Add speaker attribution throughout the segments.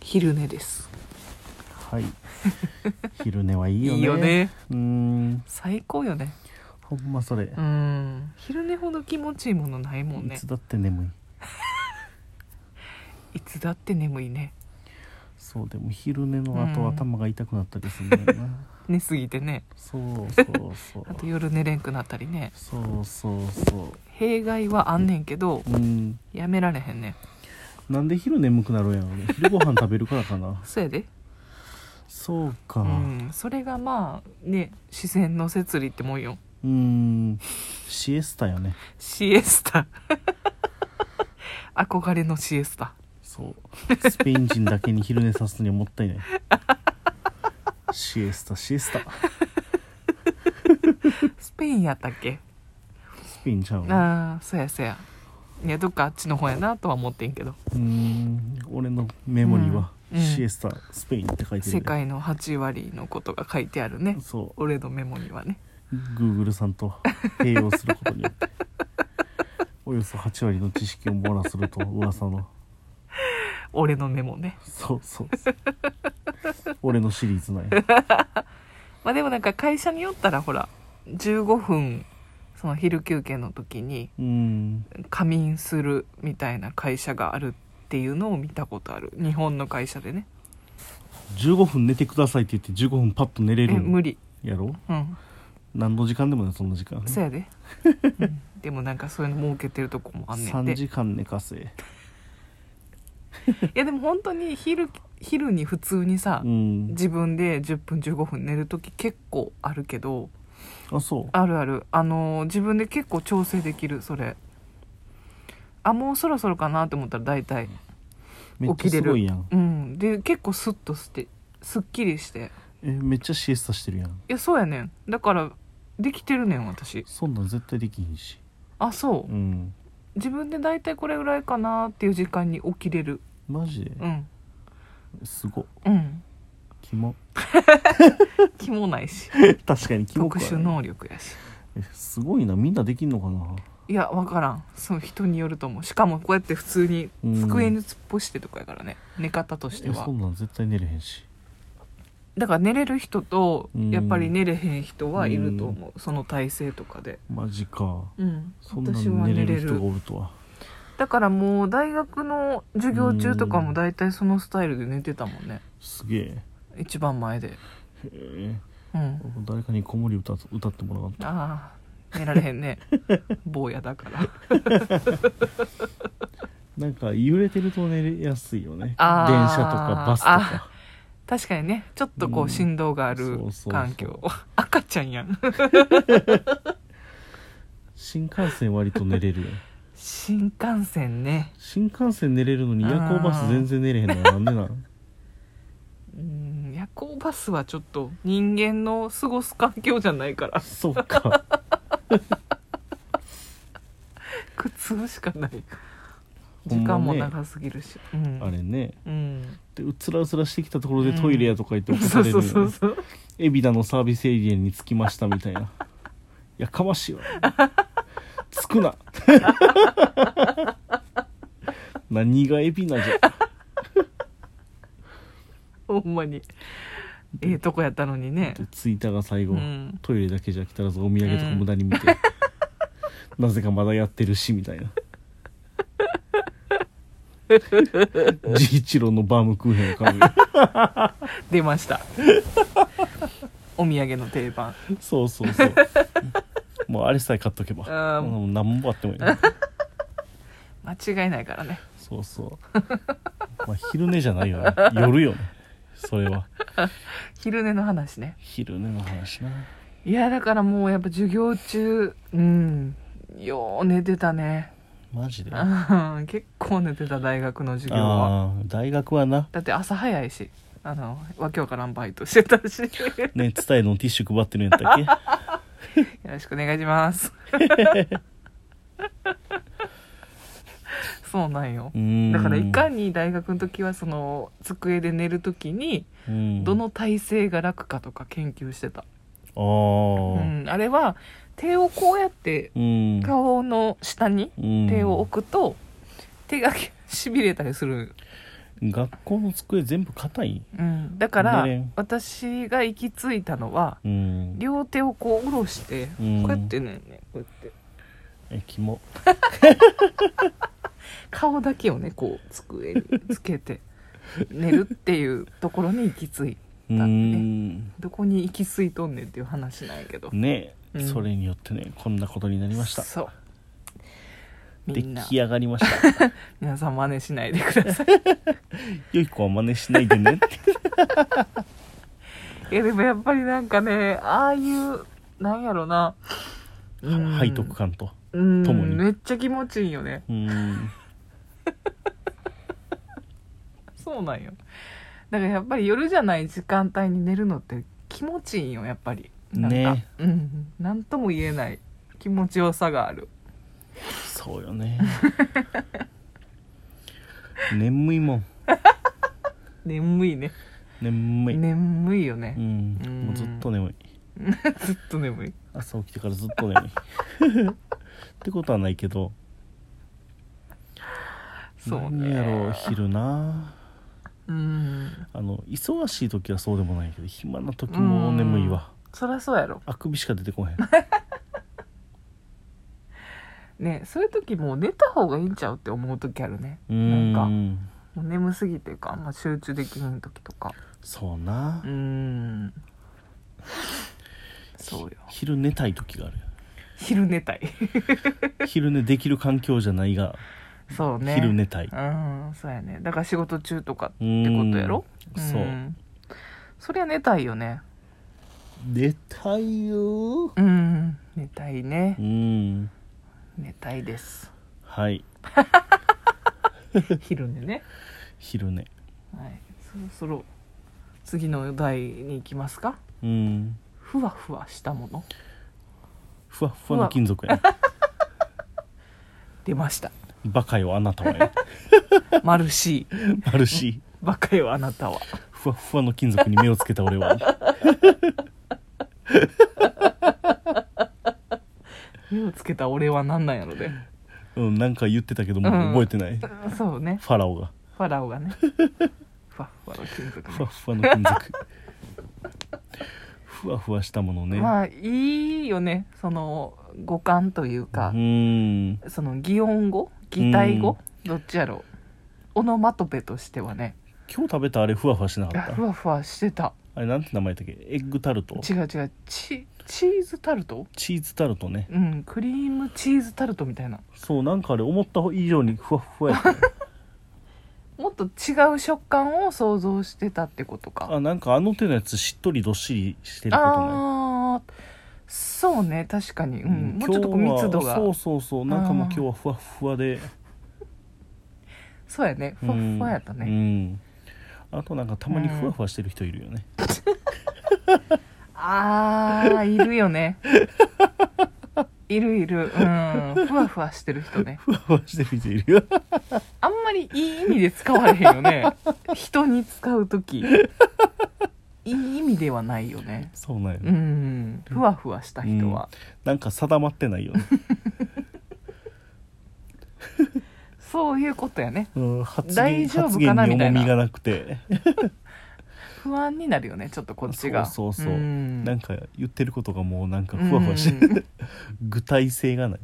Speaker 1: 昼寝です
Speaker 2: はい 昼寝はいいよね
Speaker 1: いいよね
Speaker 2: うーん
Speaker 1: 最高よね
Speaker 2: ほんまそれ、
Speaker 1: うん昼寝ほど気持ちいいものないもん
Speaker 2: い
Speaker 1: ね
Speaker 2: つだって眠い
Speaker 1: いつだって眠いね
Speaker 2: そうでも昼寝の後、
Speaker 1: うん
Speaker 2: 頭が痛くなったりするんだよ な
Speaker 1: 寝すぎてね
Speaker 2: そうそうそう
Speaker 1: あと夜寝れんくなったりね
Speaker 2: そうそうそ
Speaker 1: 弊害はあんねんけど
Speaker 2: ううん
Speaker 1: やめられへんねん
Speaker 2: なんで昼眠くなるんやろね昼ご飯食べるからかな
Speaker 1: そやで
Speaker 2: そう
Speaker 1: う
Speaker 2: か
Speaker 1: んそれがまあね視線の摂理ってもんよ
Speaker 2: うーんシエスタよね
Speaker 1: シエス タ憧れのシエスタ
Speaker 2: そうスペイン人だけに昼寝させるには もったいないシエスタシエスタ
Speaker 1: スペインやったっけ
Speaker 2: スペインちゃうわ
Speaker 1: ああそやそやいやどっかあっちの方やなとは思ってんけど
Speaker 2: うーん俺のメモには、
Speaker 1: うんうん
Speaker 2: シエスタスペインって書いてる
Speaker 1: 世
Speaker 2: ね
Speaker 1: 界の8割のことが書いてあるね
Speaker 2: そ
Speaker 1: 俺のメモにはね
Speaker 2: う Google さんと 併用することによっておよそ8割の知識を網羅すると噂の
Speaker 1: 俺のメモね
Speaker 2: そうそうそう俺のシリーズなんや
Speaker 1: まあでもなんか会社によったらほら15分その昼休憩の時に
Speaker 2: うーん
Speaker 1: 仮眠するみたいな会社があるっていうのを見たことある日本の会社でね
Speaker 2: 15分寝てくださいって言って15分パッと寝れ
Speaker 1: え
Speaker 2: るん
Speaker 1: 無理
Speaker 2: やろ
Speaker 1: うん
Speaker 2: 何の時間でもねその時間
Speaker 1: そやで、うんでもなんかそういうの設けてるとこもあんねん
Speaker 2: 3
Speaker 1: で
Speaker 2: 時間寝かせ
Speaker 1: いやでも本当に昼昼に普通にさ、
Speaker 2: うん
Speaker 1: 自分で10分15分寝る時結構あるけど
Speaker 2: あそう
Speaker 1: あるあるあのー自分で結構調整できるそれあもうそろそろかなと思ったら大体
Speaker 2: めっち
Speaker 1: 起
Speaker 2: ゃ
Speaker 1: きれ
Speaker 2: す
Speaker 1: る
Speaker 2: ごいやん
Speaker 1: うんで結構スッとしてすっきりして
Speaker 2: えめっちゃシエスタしてるやん
Speaker 1: いやそうやねんだからできてるねん私
Speaker 2: そんなん絶対できひんし
Speaker 1: あそう、
Speaker 2: うん
Speaker 1: 自分で大体これぐらいかなっていう時間に起きれる
Speaker 2: マジで
Speaker 1: うん
Speaker 2: すご
Speaker 1: うん
Speaker 2: キモ
Speaker 1: 気もない し
Speaker 2: 確かにキモ
Speaker 1: 特
Speaker 2: くは
Speaker 1: 殊
Speaker 2: ない
Speaker 1: 能力やし
Speaker 2: えすごいなみんなできんのかない
Speaker 1: や分からんそう人によると思うしかもこうやって普通に
Speaker 2: うん
Speaker 1: 机に突っ伏してとかやからね寝方として
Speaker 2: え
Speaker 1: は
Speaker 2: そんなん絶対寝れへんし
Speaker 1: だから寝れる人と
Speaker 2: うん
Speaker 1: やっぱり寝れへん人はいると思うその体勢とかで
Speaker 2: マジか
Speaker 1: うん
Speaker 2: そんな
Speaker 1: 私
Speaker 2: ん
Speaker 1: は
Speaker 2: 寝
Speaker 1: 寝
Speaker 2: れ
Speaker 1: れ
Speaker 2: る人が
Speaker 1: る
Speaker 2: おるとは
Speaker 1: だからもう大学の授業中とかも大体そのスタイルで寝てたもんね
Speaker 2: すげえ
Speaker 1: 一番前で
Speaker 2: へえ
Speaker 1: うん
Speaker 2: 誰かに子守歌歌ってもらわんと
Speaker 1: ああ寝られへん ね坊やだから
Speaker 2: なんか揺れてると寝れやすいよね電
Speaker 1: あー
Speaker 2: 車とかバスとか
Speaker 1: 確かにねちょっとこ
Speaker 2: うん
Speaker 1: う振動がある
Speaker 2: そうそうそう
Speaker 1: 環境 赤ちゃんやん
Speaker 2: 新幹線割と寝れるよ
Speaker 1: 新幹線ね
Speaker 2: 新幹線寝れるのに夜行バス全然寝れへんのはなんでなの
Speaker 1: うん夜行バスはちょっと人間の過ごす環境じゃないから
Speaker 2: そうか
Speaker 1: 苦痛しかない
Speaker 2: ほ
Speaker 1: 時
Speaker 2: ん
Speaker 1: 間
Speaker 2: まね
Speaker 1: も長すぎるし、うん
Speaker 2: あれね
Speaker 1: うん
Speaker 2: でうつらうつらしてきたところでトイレやとか言って起こ
Speaker 1: そ
Speaker 2: さ
Speaker 1: う
Speaker 2: れる
Speaker 1: そ
Speaker 2: よ
Speaker 1: う
Speaker 2: ね
Speaker 1: そうそう
Speaker 2: 海老名のサービスエリアに着きましたみた いなやかましいわ着 くな何が海老名じゃ
Speaker 1: ほんまにええとこやったのにね
Speaker 2: で着いたが最後、
Speaker 1: うん
Speaker 2: トイレだけじゃ来たらずお土産とか無駄に見て、 なぜかまだやってるしみ たいなジイチローのバームクーヘンを買うよ
Speaker 1: 出ましたお土産の定番
Speaker 2: そうそ うそうもうあれさえ買っとけば
Speaker 1: あー
Speaker 2: もう何もあってもいいね
Speaker 1: 間違いないからね
Speaker 2: そうそう まあ昼寝じゃないよね夜よねそれは
Speaker 1: 昼寝の話ね
Speaker 2: 昼寝の話ない
Speaker 1: やだからもうやっぱ授業中うんよう寝てたね
Speaker 2: マジであ
Speaker 1: うん結構寝てた大学の授業は
Speaker 2: あー大学はな
Speaker 1: だって朝早いしあのわけわからんバイトしてたしよ
Speaker 2: ね伝えのティッシュ配ってるん やったっけ
Speaker 1: ろしくお願いしますそうなんよ
Speaker 2: うーん
Speaker 1: だからいかに大学の時はその机で寝る時に
Speaker 2: うん
Speaker 1: どの体勢が楽かとか研究してた、
Speaker 2: あ
Speaker 1: う
Speaker 2: あ
Speaker 1: ん、あれは手をこうやって
Speaker 2: うん
Speaker 1: 顔の下に
Speaker 2: うん
Speaker 1: 手を置くと手がしびれたりする
Speaker 2: 学校の机全部硬い
Speaker 1: うん、だから、
Speaker 2: ね
Speaker 1: 私が行き着いたのは
Speaker 2: うん
Speaker 1: 両手をこう下ろしてこ
Speaker 2: うん
Speaker 1: うやってねこうやって
Speaker 2: えキモ
Speaker 1: 顔だけをねこう机 につけて寝るっていうところに行き着いう
Speaker 2: ーん
Speaker 1: どこに行き着いとんねんっていう話なんやけど
Speaker 2: ね、
Speaker 1: うん
Speaker 2: それによってねこんなことになりました
Speaker 1: そうみ
Speaker 2: 出
Speaker 1: んな
Speaker 2: 来上がりました
Speaker 1: 皆さん真似しないで ください
Speaker 2: 良い子は真似しないでねって
Speaker 1: いやでもやっぱりなんかねああいうなんやろな うん
Speaker 2: 背徳感と
Speaker 1: うん
Speaker 2: ともに
Speaker 1: めっちゃ気持ちいいよね
Speaker 2: うーん
Speaker 1: そうなんよだからやっぱり夜じゃない時間帯に寝るのって気持ちいいよやっぱりなんか
Speaker 2: ね
Speaker 1: うん何とも言えない気持ちよさがある
Speaker 2: そうよね 眠いもん
Speaker 1: 眠いね
Speaker 2: 眠い、
Speaker 1: 眠いよ
Speaker 2: う
Speaker 1: ね、
Speaker 2: ん
Speaker 1: うん
Speaker 2: もうずっと眠い
Speaker 1: ずっと眠い
Speaker 2: 朝起きてからずっと眠い ってことはないけど
Speaker 1: そう
Speaker 2: 何やろう
Speaker 1: ね
Speaker 2: 昼な
Speaker 1: うん
Speaker 2: あの忙しい時はそうでもないけど暇な時も眠いわ
Speaker 1: そりゃそうやろ
Speaker 2: あくびしか出てこへん
Speaker 1: ねそういう時もう寝た方がいいんちゃうって思う時あるね
Speaker 2: うーん
Speaker 1: なんもう眠すぎてか、まあ、集中できない時とか
Speaker 2: そうな、
Speaker 1: うんそうよ
Speaker 2: 昼寝たい時がある
Speaker 1: 昼寝 たい
Speaker 2: 昼寝できる環境じゃないが、
Speaker 1: そうね
Speaker 2: 昼寝たいっ
Speaker 1: うんそうやねだから仕事中とかっててことやろ
Speaker 2: そうん
Speaker 1: そりゃ寝たいよね
Speaker 2: 寝たいよ
Speaker 1: うん寝たいね
Speaker 2: うん
Speaker 1: 寝たいです
Speaker 2: はい
Speaker 1: 昼寝ね
Speaker 2: 昼寝
Speaker 1: はいそろそろ次のお題に行きますか
Speaker 2: うん
Speaker 1: ふわふわしたもの
Speaker 2: ふわっふわの金属やな
Speaker 1: 出ました
Speaker 2: バカよあなたはや
Speaker 1: マルシー
Speaker 2: あるし
Speaker 1: ばっかよあなたは
Speaker 2: ふわっふわの金属に目をつけた俺は
Speaker 1: 目をつけた俺は何なんやろで
Speaker 2: うんなんか言ってたけどもう覚えてない、フ
Speaker 1: そうね
Speaker 2: ァラオが
Speaker 1: ファラオがねふわふわの金属
Speaker 2: ふわ
Speaker 1: ね
Speaker 2: っふわの金属ふわふわしたものね、
Speaker 1: まあいいよねその五感というか
Speaker 2: う、ーん
Speaker 1: その擬音語擬態語、どっちやろうオノマトペとしてはね
Speaker 2: 今日食べたあれふわふわしな
Speaker 1: あ
Speaker 2: かった
Speaker 1: ふわふわしてた
Speaker 2: あれなんて名前だっけエッグタルト
Speaker 1: 違う違うチチーズタルト
Speaker 2: チーズタルトね
Speaker 1: うんクリームチーズタルトみたいな
Speaker 2: そうなんかあれ思った以上にふわっふわやった
Speaker 1: もっと違う食感を想像してたってことか
Speaker 2: あなんかあの手のやつしっとりどっしりしてることない
Speaker 1: あーそうね確かに、うん
Speaker 2: うん
Speaker 1: もうちょっとこう
Speaker 2: 今日は
Speaker 1: 密度が
Speaker 2: そ
Speaker 1: そう
Speaker 2: うそうそうなんかもう
Speaker 1: あー
Speaker 2: 今日はふわっふわで
Speaker 1: やね
Speaker 2: う
Speaker 1: ふ
Speaker 2: ん
Speaker 1: わふわやったね、
Speaker 2: うんあとなんかたまにふわふわしてる人いるよね
Speaker 1: あーいるよねいるいるうんふわ ふわしてる人ね
Speaker 2: ふわふわしてる人いるよ
Speaker 1: あんまりいい意味で使われへんよね人に使う時いい意味ではないよね
Speaker 2: そうなんよ
Speaker 1: う
Speaker 2: ね
Speaker 1: んふわふわした人は、
Speaker 2: なんか定まってな いよね
Speaker 1: そういうことやね
Speaker 2: うん発言
Speaker 1: 大丈
Speaker 2: 発
Speaker 1: 夫
Speaker 2: 言
Speaker 1: かな
Speaker 2: に重
Speaker 1: みたい
Speaker 2: み
Speaker 1: な
Speaker 2: がなくて
Speaker 1: 不安になるよねちょっとこっちが
Speaker 2: そうそうそう
Speaker 1: うん
Speaker 2: なんか言ってることがもうなんかふわふわして
Speaker 1: うん
Speaker 2: る具体性がない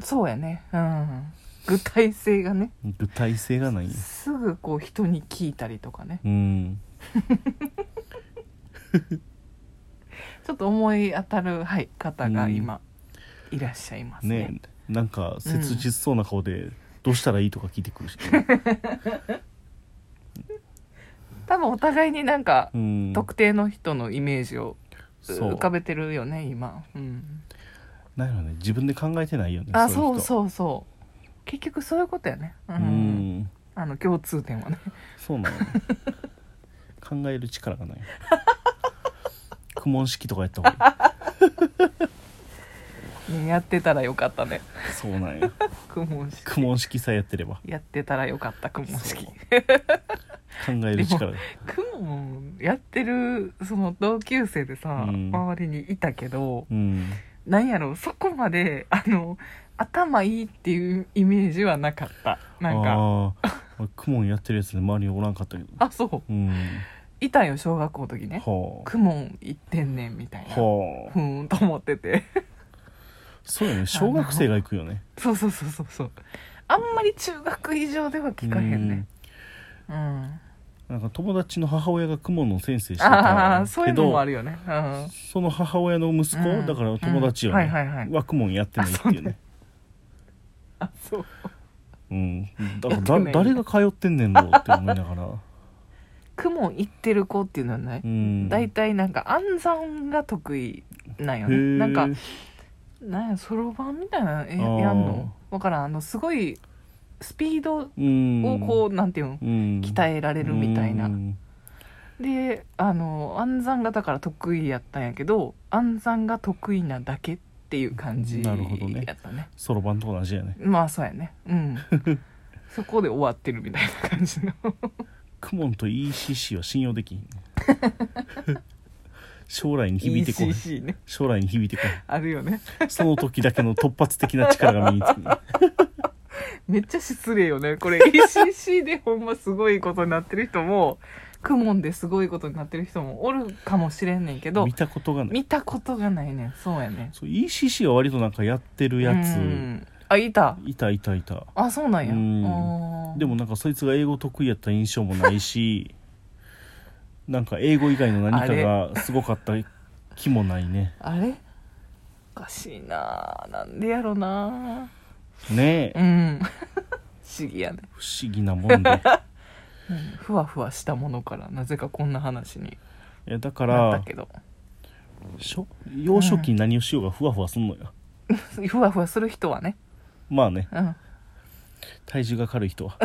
Speaker 1: そうやねうん具体性がね
Speaker 2: 具体性がないよ
Speaker 1: すぐこう人に聞いたりとかね
Speaker 2: うん
Speaker 1: ちょっと思い当たる、はい、方が今いらっしゃいますね
Speaker 2: ねなんか切実そうな顔でどうしたらいいとか聞いてく るしね、
Speaker 1: 多分お互いになんか
Speaker 2: うん、
Speaker 1: 特定の人のイメージを
Speaker 2: そう
Speaker 1: 浮かべてるよね今、うん、
Speaker 2: なんやろね自分で考えてないよね
Speaker 1: あそう
Speaker 2: い人
Speaker 1: そうそう結局そういうことやねうん、
Speaker 2: うん
Speaker 1: あの共通点はね
Speaker 2: そう なの考える力がない苦問式とかやった方が
Speaker 1: ねやってたらよかったね
Speaker 2: いいそうなんや
Speaker 1: 苦問式
Speaker 2: 苦問式さえやってれば
Speaker 1: やってたらよかった苦問式
Speaker 2: そう考える力が
Speaker 1: 苦問やってるその同級生でさ、
Speaker 2: うん
Speaker 1: 周りにいたけど
Speaker 2: うん
Speaker 1: なんやろうそこまであの頭いいっていうイメージはなかったなんか
Speaker 2: あーまあ、クモンやってるやつで周りにおらんかったけど
Speaker 1: あそう
Speaker 2: うんはい
Speaker 1: たよ小学校の時ね
Speaker 2: あ
Speaker 1: クモン行ってんねんみたいなふ
Speaker 2: はあ
Speaker 1: ーんと思ってて
Speaker 2: そうよね小学生が行くよね
Speaker 1: そうそうそうそうそうあんまり中学以上では聞かへんねうん
Speaker 2: うんなんか友達の母親がクモンの先生して
Speaker 1: あ
Speaker 2: た
Speaker 1: あそういうのもあ
Speaker 2: る
Speaker 1: るよねうん
Speaker 2: その母親の息子、
Speaker 1: うん
Speaker 2: だから友達よね、
Speaker 1: うんはいはいはい
Speaker 2: はクモンやってないっていうね
Speaker 1: あそう
Speaker 2: うん、だから
Speaker 1: やって
Speaker 2: だ
Speaker 1: ない
Speaker 2: 誰が通ってんねんろうって思いながら
Speaker 1: クモン行ってる子っていうのはない
Speaker 2: うん
Speaker 1: 大体、なんか暗算が得意なんよ
Speaker 2: へ
Speaker 1: ね
Speaker 2: ー
Speaker 1: なんかなんやそろばんみたいなのえ
Speaker 2: あー
Speaker 1: やんのわからんあのすごいスピードを
Speaker 2: うん
Speaker 1: こう、なんていうの
Speaker 2: う、ん、
Speaker 1: 鍛えら
Speaker 2: え
Speaker 1: れるみたいな、
Speaker 2: うん
Speaker 1: であの暗算がだから得意やったんやけど暗算が得意なだけっていう感じや
Speaker 2: な
Speaker 1: った
Speaker 2: るほどね
Speaker 1: ね
Speaker 2: そろばんと同じやね
Speaker 1: まあそうやねうん そこで終わってるみたいな感じの
Speaker 2: クモンと ECC は信用できん 将来に響いてこない
Speaker 1: ECC ね
Speaker 2: 将来に響いてこない
Speaker 1: あるよね
Speaker 2: その時だけの突発的な力が身につくね、
Speaker 1: めっちゃ失礼よねこれ ECC でほんますごいことになってる人もクモンですごいことになってる人もおるかもしれんねんけど
Speaker 2: 見たことがない
Speaker 1: 見たことがないねんそうやね
Speaker 2: そう ECC は割となんかやってるや
Speaker 1: う
Speaker 2: つ
Speaker 1: んあいた
Speaker 2: いたいたいた
Speaker 1: あそうなんや
Speaker 2: うん
Speaker 1: あー
Speaker 2: でもなんかそいつが英語得意やった印象もないしなんか英語以外の何かがすごかった気もないね
Speaker 1: あれおかしいなあなんでやろな
Speaker 2: ね
Speaker 1: あう
Speaker 2: え
Speaker 1: ん 不思議やね、
Speaker 2: 不思議なも んで
Speaker 1: うんふわふわしたものからなぜかこんな話に
Speaker 2: いやだか
Speaker 1: なった
Speaker 2: ら
Speaker 1: けど
Speaker 2: しょ幼少期に何をしようがふわふわすんのよ、
Speaker 1: ふわふわする人はね
Speaker 2: まあね
Speaker 1: うん
Speaker 2: 体重が軽い人は